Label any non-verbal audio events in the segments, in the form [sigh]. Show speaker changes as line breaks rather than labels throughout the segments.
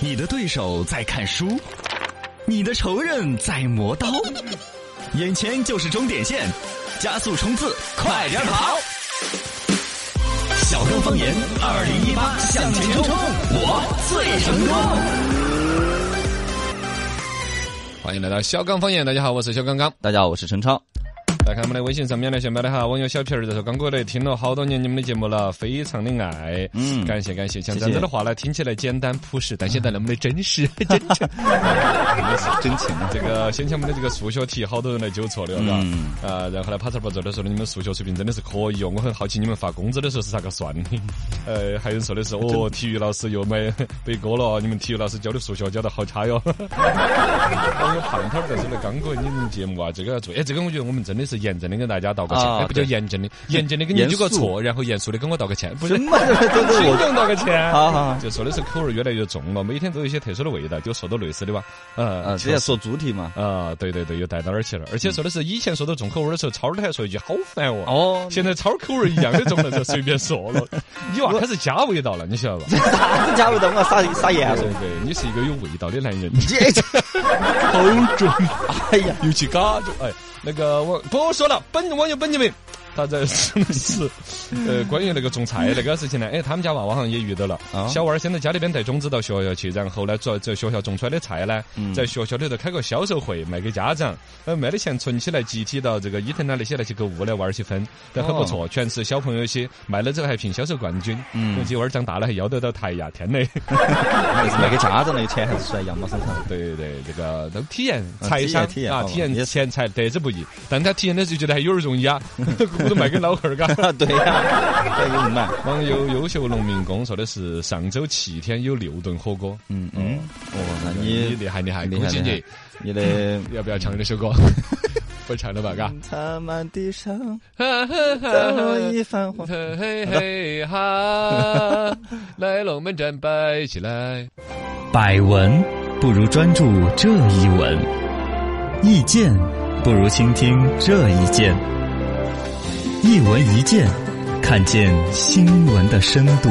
你的对手在看书，你的仇人在磨刀，眼前就是终点线，加速冲刺，快点跑！小刚方言，二零一八向前冲，我最成功。
欢迎来到小刚方言，大家好，我是小刚刚。
大家好，我是陈超。
来看我们的微信上面的小白的哈，网友小皮儿在说，刚哥嘞听了好多年你们的节目了，非常的爱，
嗯
感谢感谢。像
谢谢
这样子的话呢，听起来简单朴实，但现在那么的真实 [laughs] 真诚。
真情啊！
这个先前我们的这个数学题，好多人来纠错的，嘎、
嗯
呃，然后呢，帕特伯做的说的，你们数学水平真的是可以哦，我很好奇你们发工资的时候是咋个算
[laughs]
的？呃，还有人说的是，哦，体育老师又买背锅了，你们体育老师教的数学教的好差哟。 [laughs] 哎还有胖头儿在说的，刚哥，你们节目啊，这个要做，哎，这个我觉得我们真的是严正的跟大家道个歉，
啊
哎，不叫
对
严正的，严正的
[laughs]
跟你
严
纠个
肃
错，然后严肃的跟我道个歉，不是
什。么？ [laughs] 这这这
[laughs] 听
我啊
众道个歉，
好好好
就说的是口味儿越来越重了，每天都有一些特殊的味道，就说到类似的吧，呃
啊，，直接说主体嘛。
啊，对对对，又带到哪儿去了？而且说的是以前说到重口味儿的时候，超儿他还说一句好烦哦。
哦
现在超儿口味儿一样的重了，就随便说了。你娃开始加味道了，你晓得吧？
啥子加味道？我撒撒盐
对
了。
对对，你是一个有味道的男人， [laughs]
好重！哎呀，
尤其嘎就哎，那个网不说了，本网友本你们。他在说的是，呃，关于那个种菜那个
[laughs]
事情呢，哎，他们家娃娃好像也遇到了。
啊
小娃儿先在家里边带种子到学校去，然后呢，在在学校种出来的菜呢，
嗯
在学校里头开个销售会，卖给家长，呃，卖的钱存起来，集体到这个伊藤啊那些那些购物的娃儿去分，但很不错，全是小朋友些，卖了之后还评销售冠军。
哦嗯
估计娃儿长大了还要得到台呀，天嘞！
还是卖给家长那钱还是甩羊毛身
[laughs]
上。
对对，这个都体验财
体
商
验体验
啊，
好吧
体验
也
钱财得之不易，但他体验的时候觉得还有点容易啊，我都卖给老汉儿嘎。
啊，对呀，这有人买。
网友优秀农民工说的是上周七天有六顿火锅，
嗯嗯，哦，那
你
你
厉害厉害，
厉
恭
害
喜你
厉！你的
要不要唱这首歌？ [laughs] 不唱了吧，嘎。
他满地上早
嘿
已泛黄。
嘿哈，来龙门阵摆起来。
百闻不如专注这一闻，意见不如倾听这一见。一闻一见，看见新闻的深度。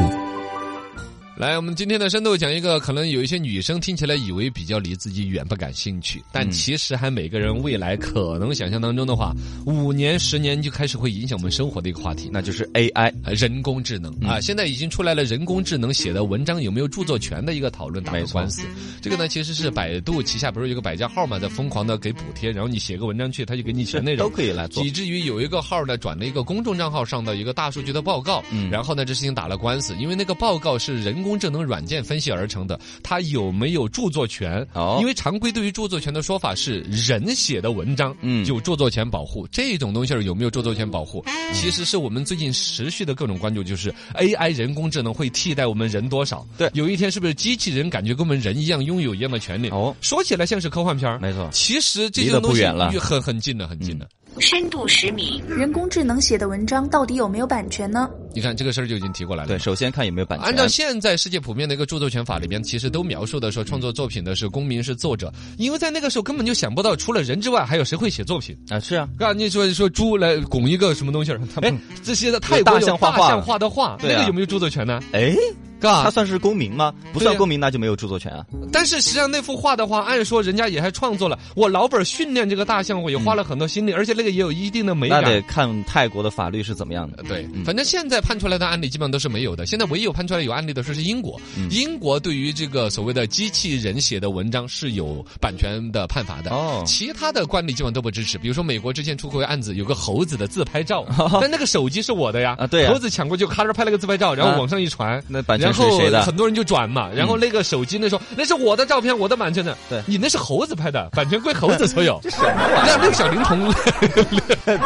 来，我们今天的深度讲一个，可能有一些女生听起来以为比较离自己远，不感兴趣，
嗯
但其实还每个人未来可能想象当中的话，五年、十年就开始会影响我们生活的一个话题。
那就是 AI，
呃人工智能
嗯
啊，现在已经出来了人工智能写的文章有没有著作权的一个讨论，打
没
个
错
官司。这个呢，其实是百度旗下不是有个百家号嘛，在疯狂的给补贴，然后你写个文章去，他就给你全内
[laughs]
容
都。可以来做
以。至于有一个号呢转了一个公众账号上的一个大数据的报告，
嗯
然后呢这事情打了官司，因为那个报告是人工智能软件分析而成的，它有没有著作权？
哦
因为常规对于著作权的说法是人写的文章，
嗯
有著作权保护，这种东西儿有没有著作权保护？其实是我们最近持续的各种关注，就是 AI 人工智能会替代我们人多少？
对
有一天是不是机器人感觉跟我们人一样拥有一样的权利？
哦
说起来像是科幻片儿
没错
其实这
离
些
得
东西
不远了嗯
很很近了，很近了。
深度十米，
人工智能写的文章到底有没有版权呢？
你看这个事儿就已经提过来了。
对，首先看有没有版权。
按照现在世界普遍的一个著作权法
嗯
里边，其实都描述的说，创作作品的是公民是作者，因为在那个时候根本就想不到，除了人之外，还有谁会写作品？
啊，是啊，
啊，你说说猪来拱一个什么东西
[laughs]
儿？哎，这些在泰国
大
有
象画
大
画
象画的画，
对啊
那个有没有著作权呢？
哎，他
嘎，
算是公民吗？不
对
算
呀
公民，那就没有著作权啊。
但是实际上那幅画的话，按说人家也还创作了。我老本儿训练这个大象，我也花了很多心力，而且那个也有一定的美
嗯那
感。
得看泰国的法律是怎么样
[laughs]
的
呃。对，反正现在判出来的案例基本上都是没有的。现在唯一有判出来有案例的说是英国，
嗯
英国对于这个所谓的机器人写的文章是有版权的判罚的。
哦
其他的惯例基本上都不支持。比如说美国之前出过一个案子，有个猴子的自
[laughs]
拍照，但那个手机是我的呀，
哦啊对呀
猴子抢过去，咔嚓拍了个自拍照，然后
啊
网上一传，
那版权
然
是
后
谁的嗯
很多人就转嘛，然后那个手机那说那是我的照片，我的版权的，
对
你那是猴子拍的，版权归猴子
[laughs]
所有。
什么玩意
让六小龄童
儿？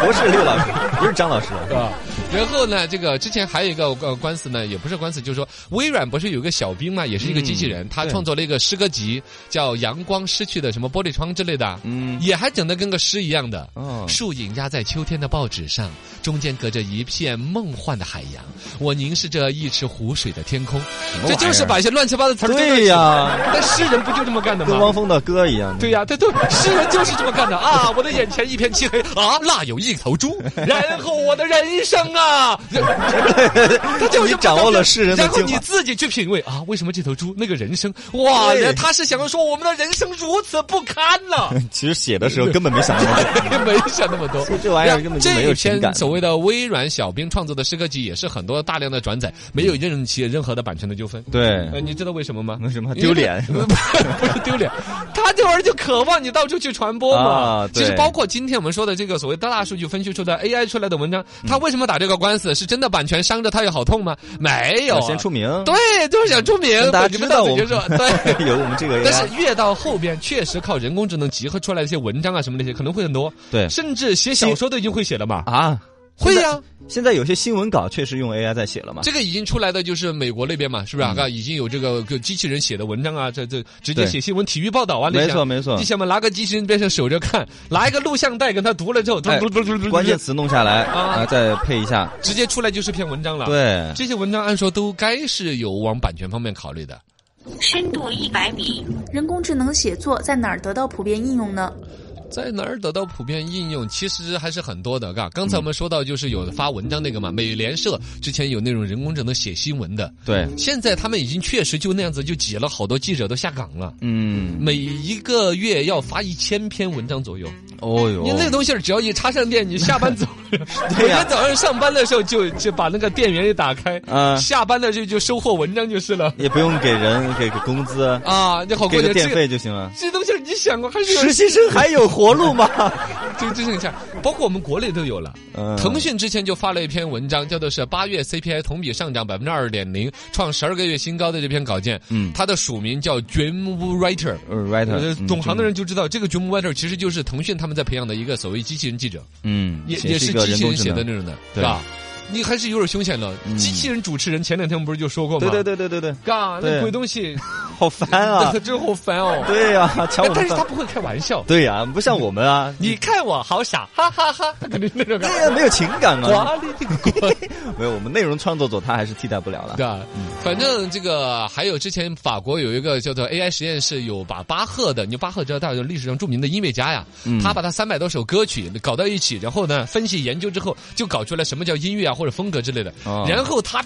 不是刘老师，不是张老师，
是吧？然后呢，这个之前还有一个呃官司呢，也不是官司，就是说微软不是有个小兵嘛，也是一个机器人，他
对
创作了一个诗歌集，叫《阳光失去的什么玻璃窗》之类的，
嗯
也还整的跟个诗一样的。
哦
树影压在秋天的报纸上，中间隔着一片梦幻的海洋。我凝视着一池湖水的天空，
么
这
玩意儿
就是把一些乱七八糟的词儿堆在一
对
起。
呀，
但诗人不就这么干的吗？
跟汪峰的歌一样。
对呀、对对，诗人就是这么干的啊！我的眼前一片漆黑啊，那有一头猪，然后我的人生啊，啊！他就
你掌握了世人的
然后
精
你
华
自己去品味啊，为什么这头猪那个人生哇
对？
他是想说我们的人生如此不堪
[laughs]
呐、
其实写的时候根本没想那么
[laughs]
多。
没想那么
[laughs]
多
所以，这玩意儿哎根本就没有情感
这一篇所谓的微软小兵创作的诗歌集，也是很多大量的转载，没有任其任何的版权的纠纷。呃，
对，
你知道为什么吗？
为什么
因
丢
为
脸是
不 [laughs] 是丢脸，他这玩意儿就渴望你到处去传播嘛。
啊
其实
对
包括今天我们说的这个所谓大数据分析出的 AI 出来的文章，
嗯
他为什么打这个官司？是真的版权伤着他有好痛吗？没有、
要先出。名，
对，啊就是想出名，
让大家
你
知
们
道
到
我
此
们
结束。
[laughs]
对。
有我们这个
但是
AI。
越到后边，确实靠人工智能集合出来的一些文章啊什么那些，可能会很多。
对
甚至写小说都已经会写了嘛。
啊，
会呀、
现在有些新闻稿确实用 AI 在写了嘛。
这个已经出来的就是美国那边嘛，是不是啊？已经有这个个机器人写的文章啊，这这直接
嗯对
写新闻、体育报道啊，
没错没错
你想嘛，拿个机器人边上守着看，拿一个录像带跟他读了之后，嘟
哎
嘟嘟嘟嘟
关键词弄下来
啊
啊，再配一下。
[laughs] 直接出来就是篇文章了。，
对，
这些文章按说都该是有往版权方面考虑的。
深度一百米，
人工智能写作在哪儿得到普遍应用呢？
在哪儿得到普遍应用？其实还是很多的，嘎。刚才我们说到，就是有发文章那个
嗯
嘛，美联社之前有那种人工智能写新闻的，
对，
现在他们已经确实就那样子，就挤了好多记者都下岗了。
嗯，
每一个月要发一千篇文章左右，
哦哟，
你那东西儿只要一插上电，你下班走，每
[laughs] 对呀
天早上上班的时候就就把那个电源一打开，
嗯
下班的时候就收获文章就是了
也不用给人给个工资，
啊！你好过
给个
年
电
这个
费就行了。
这东西儿你想过还是有
实习生还有活
[laughs]
路吗？
就就剩下，包括我们国内都有了。
嗯
腾讯之前就发了一篇文章，叫做是八月 CPI 同比上涨百分之二点零，创十二个月新高的这篇稿件。
嗯
它的署名叫 Dream Writer。
呃，writer，
呃
嗯
懂行的人就知道，这个 Dream Writer 其实就是腾讯他们在培养的一个所谓机器人记者，
嗯，
也
显
也
示
是
一个
机
人
器
工
人
智
写
能
的那种的，是
对嗯
吧？你还是有点凶险了。机器人主持人前两天我们不是就说过吗？
对对对对对对，
嘎，那
对
鬼东西，
好烦
[laughs]
啊！
真好烦哦。
对呀、抢我
但
们
是他
饭。
不会开玩笑，
对呀、不像我们啊，
你看我好傻，哈哈哈他肯定是那种 [laughs]
对
感觉。
呀、没有情感嘛。
哇你这个瓜
没有，我们内容创作者他还是替代不了了嗯
对。啊，反正这个还有之前法国有一个叫做 AI 实验室，有把巴赫的，你巴赫知道他是历史上著名的音乐家呀，
嗯
他把他三百多首歌曲搞到一起，然后呢分析研究之后，就搞出来什么叫音乐啊或者风格之类的
哦，
然后他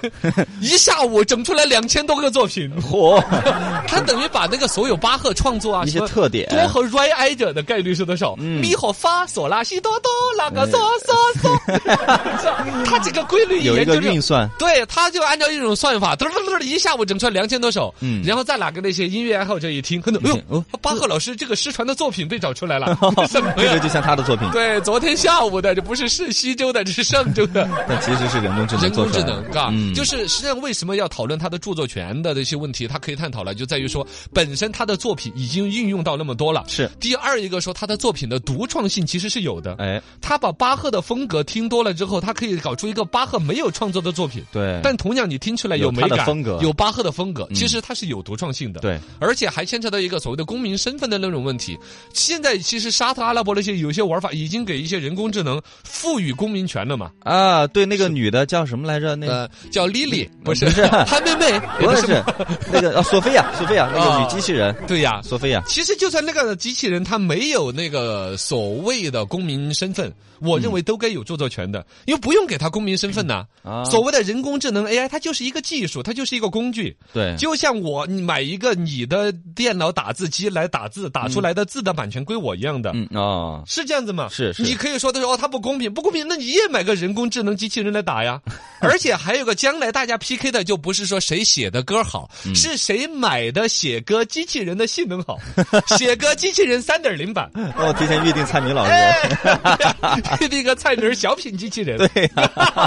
[laughs]
一下午整出来两千多个作品，
嚯，
[laughs] 他等于把那个所有巴赫创作啊
一些
什么
特点嗯
多和 right 挨着的概率是多少？咪和发索拉西哆哆那个嗦嗦嗦， [laughs] 他这个规 [laughs] 律
哎有一
研
个
究出来
运算，
对，他就按照一种算法，嘚嘚嘚嘚一下午整出来两千多首，
嗯
然后再哪个那些音乐爱好者一听，可能哎呦
哦，，
巴赫老师这个失传的作品被找出来了
[laughs]
什么
这个
呀
就？像他的作品，
对，昨天下午的，这不是是西周的，这是上周的。
但其实是人工智能
人
做
工
出
智
来的。
能，嘎，
嗯
就是实际上为什么要讨论他的著作权的这些问题，他可以探讨了，就在于说本身他的作品已经运用到那么多了。
嗯是
第二一个说他的作品的独创性其实是有的，
哎，
他把巴赫的风格听多了之后，他可以搞出一个巴赫没有创作的作品。
对，
但同样，你听出来
有
美
他的
感，
风格嗯
有巴赫的风格，其实它是有独创性的。
对，
而且还牵扯到一个所谓的公民身份的那种问题。现在其实沙特阿拉伯那些有些玩法已经给一些人工智能赋予公民权了嘛？
啊，对，那个女的叫什么来着？那个、
呃，叫 Lily，不是
哎嗯不是
潘妹妹，
不
也
是
吗
那个、啊、索菲亚，索菲亚那个
啊
女机器人，
对呀。
索菲亚。
其实就算那个机器人它没有那个所谓的公民身份，我认为都该有著作权的，因为不用给它公民身份呐、
啊
所谓的人工智能 AI，它就是一个技术，它就是一个工具。
对
就像我你买一个你的电脑打字机来打字，打出来的字的版权归我一样的。
嗯哦，
是这样子吗？
是是
你可以说的是哦，它不公平，不公平，那你也买个人工智能机器人来打
[laughs]
呀。而且还有个将来大家 PK 的，就不是说谁写的歌好，
嗯
是谁买的写歌机器人的性能
[laughs]
好，写歌机器人三点零版，
那哦我提前预定蔡明老师。
哎那个菜名小品机器人。
对呀、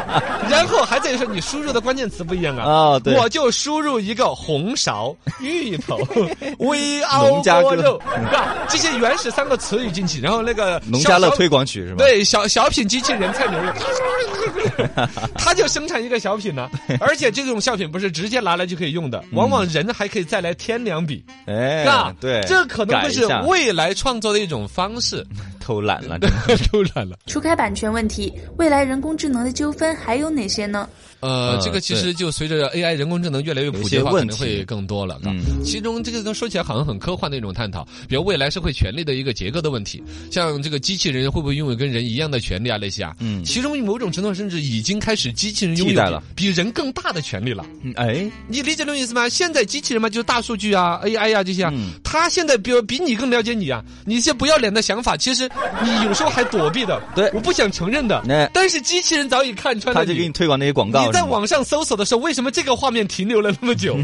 [laughs] 然后还在于说你输入的关键词不一样啊。
哦对
我就输入一个红苕、芋
[laughs]
头、微凹
农家
锅
乐
肉，是吧？这些原始三个词语进去，然后那个
农家乐
小
推广曲是吧？，
对小小品机器人菜牛
[laughs]
肉，他就生产一个小品呢、而且这种小品不是直接拿来就可以用的，往往人还可以再来添两笔，
嗯哎
是吧？，啊
对，
这可能
改
会
一
是
下
未来创作的一种方式。 [laughs]
偷懒了，真的
偷懒了。
除开版权问题，未来人工智能的纠纷还有哪些呢？
呃，
呃
这个其实就随着 AI 人工智能越来越普及化，
有一些
可
问
能
题
会更多了。
嗯
其中这个跟说起来好像很科幻的一种探讨，比如未来社会权利的一个结构的问题，像这个机器人会不会拥有跟人一样的权利啊，类似啊。
嗯
其中某种程度上甚至已经开始机器人拥有
替代了
比人更大的权利了。
嗯哎，
你理解这种意思吗？现在机器人嘛，就是大数据啊、AI 呀、这些啊，
嗯
他现在比比你更了解你啊。你一些不要脸的想法，其实你有时候还躲避的，
对
我不想承认的。
哎
但是机器人早已看穿了
他就给你推广那些广告，
你在
是吗
网上搜索的时候，为什么这个画面停留了那么
[laughs]
久？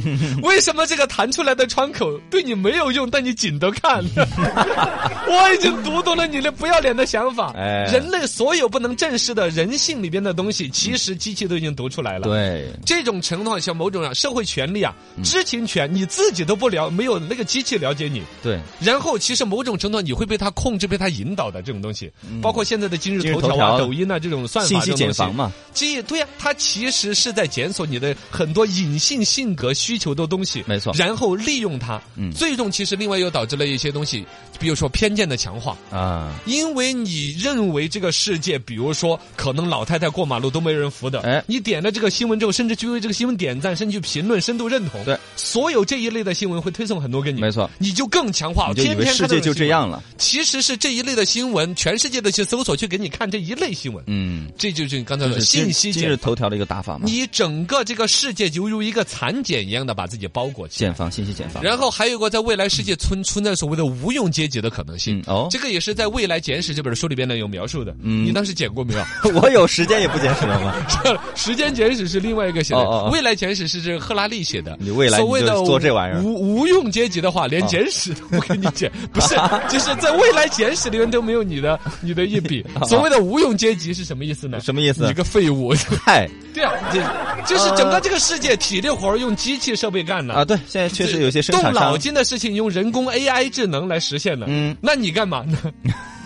为什么这个弹出来的窗口对你没有用，但你紧得
[laughs]
看？我已经读懂了你的不要脸的想法。
哎
人类所有不能正视的人性里边的东西，其实机器都已经读出来了。。
对，嗯
这种程度像某种啊社会权利啊、知情权，你自己都不了，没有那个机器了解你，
对，
然后其实某种程度你会被它控制、被它引导的这种东西，包括现在的今日
嗯今日
头条
头
啊、
条
抖音啊这种算法
信息
这种东
茧
西
房嘛，
记对呀、它其实是在检索你的很多隐性性格需求的东西，
没错
然后利用它，
嗯
最终其实另外又导致了一些东西，比如说偏见的强化。
啊，
因为你认为这个世界，比如说可能老太太过马路都没人扶的，
哎
你点了这个新闻之后，甚至去为这个新闻点赞，甚至去评论、深度认同，
对，
所有这一类的新闻会推送很多给你，
没错
你就更强化，
你就以
天
为
天
世
看到
界
的
就这
新闻。
样了，
其实是这一类的新闻，全世界的去搜索，去给你看这一类新闻，
嗯，
这就是你刚才
就
说
是
的信息
今
茧
今日头条的一个打法嘛，
你整个这个世界就如一个蚕茧一样的把自己包裹起来。
茧房信息茧房，
然后还有一个在未来世界存存在所谓的无用阶级的可能性
嗯，哦
这个也是在《未来简史》这本书里边呢有描述的。
嗯
你当时捡过没有？
[laughs] 我有时间也不捡屎了
[laughs]
吗？ [laughs]
《时间简史》是另外一个写的，
哦哦哦
未来简史》是这赫拉利写的。
你未来
所谓
你
的
就做这玩意儿
无无用阶级的话，连
哦
简史都不给你捡，不
[laughs]
是，就是在《未来简史》里面都没有你的你的一
[laughs]
笔。所谓的无用阶级是什么意思呢？
哦什么意思
你个废物！
嗨
对啊，这就是整个这个世界体力活儿用机器设备干的
啊，。对，现在确实有些生
动
产
脑
商，
筋的事情用人工 AI 智能来实现的，
嗯
那你干嘛
[laughs]
呢？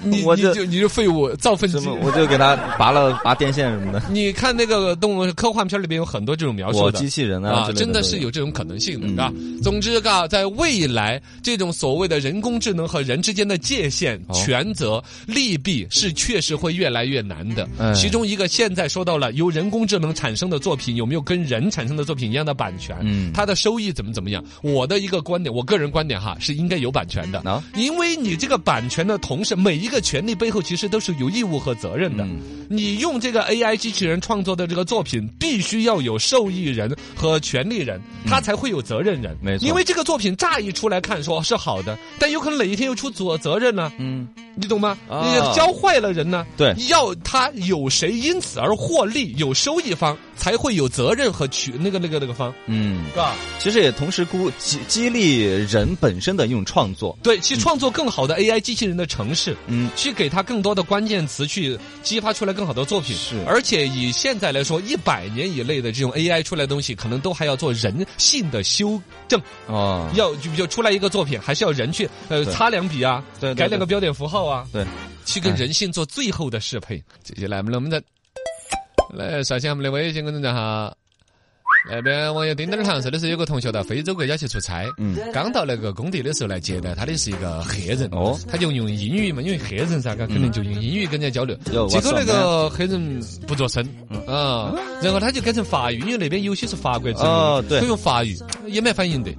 你
我
你
这
就你就废物造粪机
什。么我就给他拔了拔电线什么 [laughs] 的，
你看那个动物科幻片里边有很多这种描述
我
的，
机器人
啊
啊之，类
真的
的
是有这种可能性的，是吧？
嗯
总之，嘎，在未来，这种所谓的人工智能和人之间的界限、
哦
权责、利弊是确实会越来越难的。
哎
其中一个现在说到了，由人工智能产生的作品有没有跟人产生的作品一样的版权？
嗯
它的收益怎么怎么样？我的一个观点，我个人观点哈，是应该有版权的。
啊
因为你这个版权的同时，每一个权利背后其实都是有义务和责任的。
嗯
你用这个 AI 机器人创作的这个作品，必须要有受益人和权利人，他才会有责任人。
嗯没错
因为这个作品乍一出来看说是好的，但有可能哪一天又出责责任呢、
嗯。
你懂吗？
啊
你教坏了人呢、
对
要他有谁因此而获利，有收益方才会有责任和取那个那个那个方，
嗯，
是吧？
其实也同时鼓激激励人本身的一种创作。
对，去创作更好的 AI 机器人的城市，
嗯，
去给它更多的关键词，去激发出来更好的作品。
是
而且以现在来说，一百年以内的这种 AI 出来的东西，可能都还要做人性的修正，
哦，
要就就出来一个作品，还是要人去呃
对
擦两笔啊，
对对对
改两个标点符号啊，
对，
去跟人性做最后的适配。接下来我们的我们的来首先我们的微信公众账号。那边网友丁丁糖说的是有个同学到非洲国家去出差，
嗯
刚到那个工地的时候来接待他的是一个黑人，
哦，
他就用英语嘛，因为黑人噻，嘎肯定就用英语跟人家交流。
哟
结果那
what's up,
个呃黑人不作声啊，然后他就改成法语，因为那边有些是法国殖民
哦对
都用法语，也蛮反应的。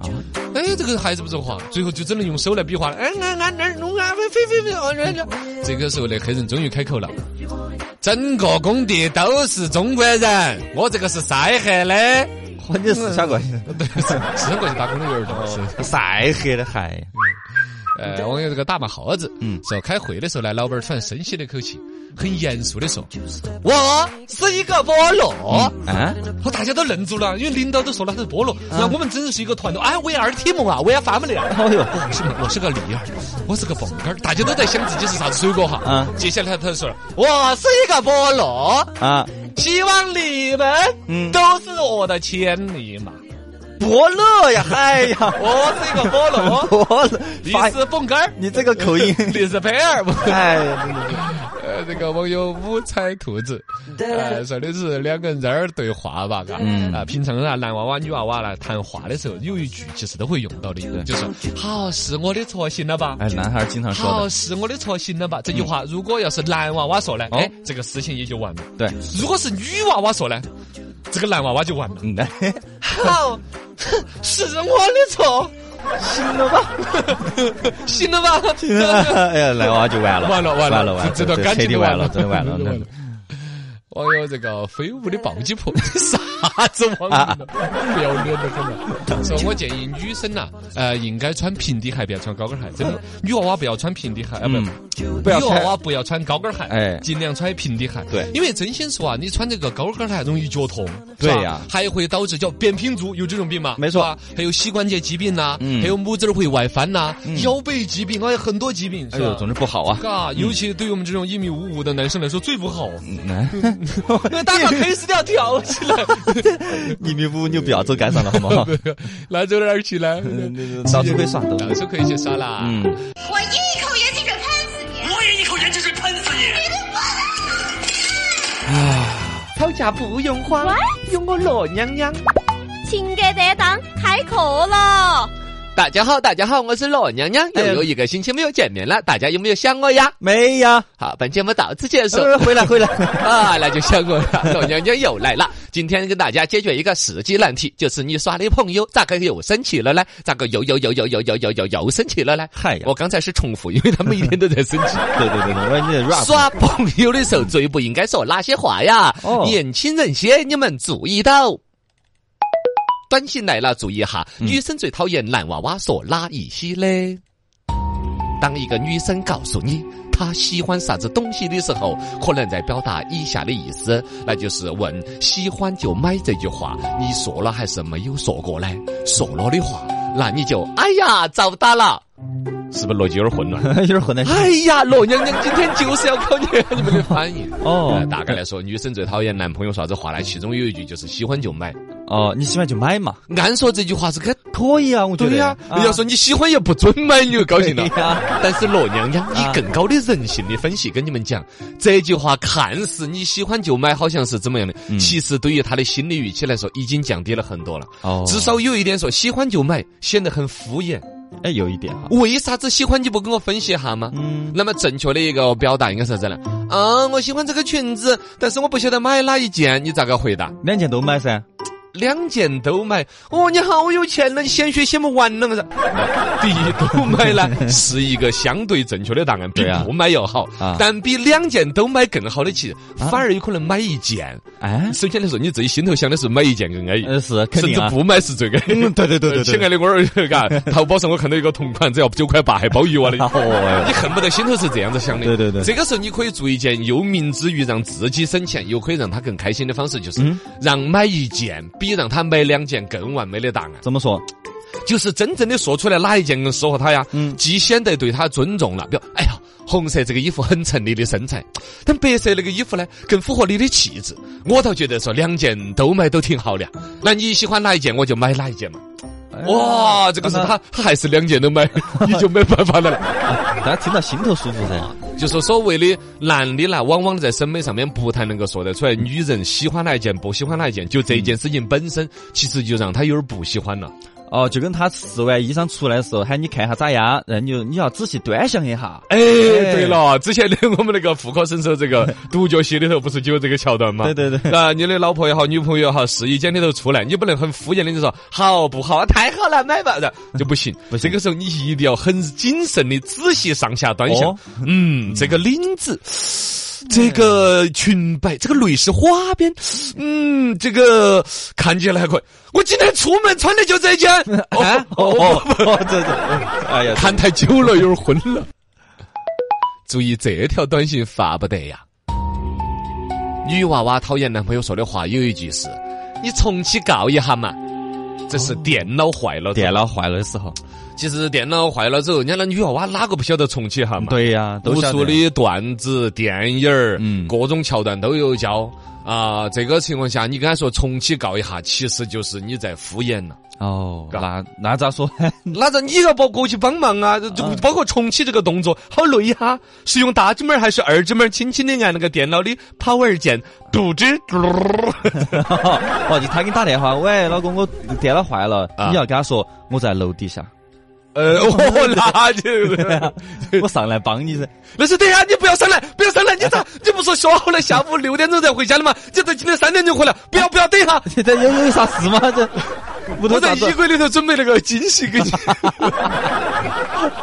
哎，这个孩子不说话，最后就只能用手来比划了。哎，俺俺那儿弄啊，飞飞飞哦，那那。这个时候，那黑人终于开口了。整个工地都是中国人，我这个是晒黑 [laughs] 的。
关键是啥关系？
对，是是过去打工的有点多。是
晒黑的嗨，
呃，网友这个大马耗子，嗯
嗯，
说开会的时候呢，老板儿突然深吸了一口气，很严肃的说：“嗯我是一个菠萝。
啊，
我哦大家都愣住了，因为领导都说了他是菠萝，那我们真的是一个团队。哎，we are team 啊，we are family 啊。
哎呦，
我是我是个梨儿，我是个蹦根儿，大家都在想自己是啥子水果哈。
嗯
接下来他他就说了，我是一个菠萝，
啊，
希望你们
嗯
都是我的千里马。
伯乐呀，嗨呀，
我是一个菠萝，
伯乐，
你
嗯 [laughs] 发
是蹦根儿，
你这个口音，
你是贝尔。
哎呀，
呃，呃，这个网友五彩兔子，呃，说的是两个人在那儿对话吧，嘎，啊，平常啊，男娃娃、女娃娃来谈话的时候，有一句其实都会用到的，就是“好是我的错，行了吧”。
哎，男孩经常说
好
的，
是我的错，行了吧？这句话如果要是男娃娃说呢，
哦
哎，这个事情也就完了；
对，
如果是女娃娃说呢，这个男娃娃就完了。
嗯，哎
好， [laughs] 是我的错， [laughs] 行了吧？
[laughs]
行了吧？
哎呀，来娃就完了，
完了完
完
了
了完了，
这这段感
彻
情
底
都
完
完
了，
了
真的完 [laughs] 了
真的 [laughs] 完了，网友这个飞舞的暴击婆， [laughs] 啥子网友？
啊
不要脸的很
[laughs]
啊！所以我建议女生呐，呃，应该穿平底鞋，不要穿高跟鞋。真的，女娃娃不要穿平底鞋，啊，不
嗯
要。
不要
女娃
太
娃不要穿高跟鞋，
哎
尽量穿平底鞋。
对
因为真心说啊，你穿这个高跟鞋容易脚痛，
对
是吧
呀
还会导致叫扁平足，有这种病吗？
没错
是吧，还有膝关节疾病呐，
嗯
还有拇指儿会外翻呐，腰背疾病，还有很多疾病，
哎
是
呦，
吧？
总之不好 [laughs] 啊，
嘎，尤其对于我们这种一米五五的男生来说最不好，
[laughs]
嗯哎
因为大家开始都要跳起来，
一米五，你就不要走街上了，好不好？
那走哪儿去呢？
到处可以耍，到处
到处可以去耍啦。
嗯，
我一口盐汽水喷死你！
我也一口盐汽水喷死你！
吵架不用慌，有我罗娘娘。
情感担当开课了。
大家好，大家好，我是老娘娘，
哎
又有一个星期没有见面了，大家有没有想我呀？
没呀，
好，本节目到此结束。
呃回来回来，
[laughs] 啊，那就想我了，老娘娘又来了。今天跟大家解决一个实际难题，就是你耍的朋友咋个又生气了呢？咋个又又又又又又又又又生气了呢？
嗨哎呀
我刚才是重复，因为他每天都在生气。
哦对对对对，我说 [laughs] 你的 rap
耍朋友的时候最不应该说哪些话呀？
哦
年轻人些，你们注意到。短信来了，注意哈，女生最讨厌男娃娃说哪一些嘞？当一个女生告诉你她喜欢啥子东西的时候，可能在表达以下的意思，那就是问“喜欢就买”这句话，你说了还是没有说过呢？说了的话，那你就哎呀遭打了，是不是逻辑有点混乱？
有点混的
哎呀，罗娘娘今天就是要考验你们的反应。
哦
呃大概来说，女生最讨厌男朋友啥子话呢？其中有一句就是喜欢就买。
哦，你喜欢就买嘛，
按说这句话是该
可以啊，我觉得
对呀、
啊
要说你喜欢又不准买，你就高兴了。
对呀 [laughs]
但是罗娘娘
啊
以更高的人性的分析跟你们讲，这句话看似你喜欢就买，好像是怎么样的，
嗯
其实对于他的心理预期来说，已经降低了很多了。
哦
至少有一点说喜欢就买，显得很敷衍。
哎，有一点哈，
为啥子喜欢你不跟我分析一下吗？
嗯，
那么正确的一个表达应该是啥子呢？啊，我喜欢这个裙子，但是我不晓得买哪一件，你咋个回答？
两件都买噻，
两件都买，哦，你好有钱了，你鲜血鲜不完了， [laughs] 哎第一都买呢是一个相对正确的答案，比
对啊
不买要好，
啊
但比两件都买更好的其实
啊
反而有可能买一件。
哎，
首先来说，你自己心头想的是买一件更安逸。
呃是肯
甚
定
至
啊，
不买是最安逸。
嗯对对对对对
呃亲爱的，我儿，嘎，淘宝上我看到一个同款，只要九块八还包邮啊的，
哦
你恨不得心头是这样子想的。
对对对
这个时候你可以做一件又明之于让自己省钱，又可以让他更开心的方式，就是
嗯
让买一件比让他买两件更完美的答案。
[laughs] 怎么说？
就是真正的说出来哪一件更适合他呀？
嗯
既显得对他尊重了，比如，哎呀，红色这个衣服很衬你的身材，但白色那个衣服呢，更符合你的气质。我倒觉得说两件都买都挺好的，那你喜欢哪一件我就买哪一件嘛。哇，这个是他，他还是两件都 [laughs] 买，你就没办法了了。
哎大家听到心头舒服噻。
就说所谓的男的呢，往往在审美上面不太能够说得出来，女人喜欢哪一件，不喜欢哪一件，就这一件事情本身，其实就让他有点不喜欢了。
哦，就跟他试完衣裳出来的时候喊你看一下咋样，然后你就你要仔细端详一下。
哎，对了，之前的我们那个妇科生说这个独角戏里头不是就有这个桥段吗？
对对对
啊，你的老婆也好，女朋友也好，试衣间里头出来，你不能很敷衍的就说好不好啊，太好了，买吧，然后就不行。
不行
这个时候你一定要很谨慎的仔细上下端详。
哦
嗯，这个领子。这个裙摆，这个蕾丝花边，嗯，这个看起来还可以。我今天出门穿的就这件， [laughs] 啊，
哦哦 [laughs] 哦，这这， [laughs] 哎
[laughs]
呀，
谈太久了，有点昏了。 [laughs] 注意这条短信发不得呀！女娃娃讨厌男朋友说的话有一句是：“你重启告一下嘛。”这是电脑坏了。
哦电脑坏了的时候，
其实电脑坏了之后，人家那女娃娃哪个不晓得重启一下嘛？
对呀，都
无
晓
数
得。
的段子、电影儿，
嗯
各种桥段都有教。啊、这个情况下，你跟他说重启告一下，其实就是你在敷衍了。
哦，那那咋说 [laughs] 呢？
那这你要包过去帮忙啊，就包括重启这个动作，好累哈、是用大指拇儿还是二指拇儿轻轻的按那个电脑的 power 键，嘟吱嘟噜。
哦，你他给你打电话，喂，老公，我电脑坏了，
啊
你要跟他说我在楼底下，
呃，我那就
我上来帮你噻。 [laughs]
那是等一下，你不要上来，不要上来，你咋你不说说好了下午六点钟才回家的吗？你咋今天三点钟回来？不要不要，等一下，
现在有有啥事吗？ [laughs] 这屋头
我在
啥子
衣？柜里头准备了个惊喜给你， [laughs]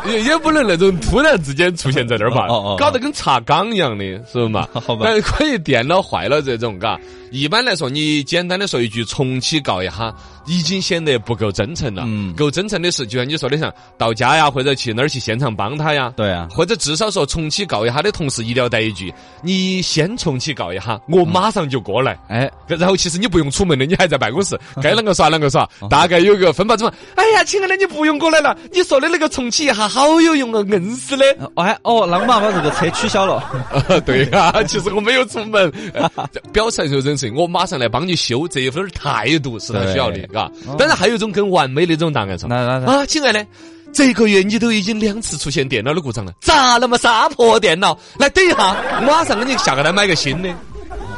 也也不能那种突然之间出现在那儿吧
哦哦哦，
搞得跟查岗一样的，是不 [laughs] 嘛？
好吧
但是可以电脑坏了这种，嘎，一般来说，你简单的说一句重启告一下，已经显得不够真诚了。啊
嗯
够真诚的是，就像你说的，像到家呀，或者去哪儿去现场帮他呀，
对啊
或者至少说重启告一下的同时，一定要带一句：“你先重启告一下，我马上就过来。”
哎，
然后其实你不用出门的，你还在办公
[laughs]
室，该啷个耍啷个耍，
哦
大概有个分吧。怎么？哎呀，亲爱的，你不用过来了，你说的那个重启一下好有用啊，硬死的。
哎哦，那我妈把这个车取消了。
[laughs]
[laughs]
对啊，其实我没有出门， [laughs] 表示就真是我马上来帮你修，这一份态度是他需要的，
对哦
嘎。当然还有一种更完美的一种答案说，
那那那
啊，亲爱的。这个月你都已经两次出现电脑的故障了，咋那么杀破电脑？来等一下，马上给你下个单买个新的。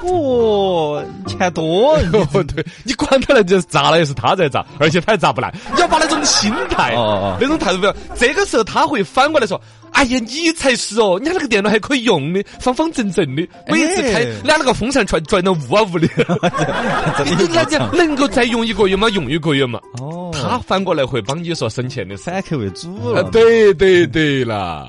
哦，钱多，
[laughs] 哦，对你管他呢，就是砸了也是他在砸，而且他还砸不
[laughs]
来。你要把那种心态，
哦哦哦
那种态度不要。这个时候他会反过来说：“哎呀，你才是哦，你看那个电脑还可以用的，方方正正的，每次开
哎
拿那个风扇转转到雾啊雾
[laughs]
的，你
真的有
[laughs] 你那
多
就
长？
能够再用一个月吗？用一个月嘛。”
哦，
他反过来会帮你说省钱的事。
反客为主了。，
啊对对对啦。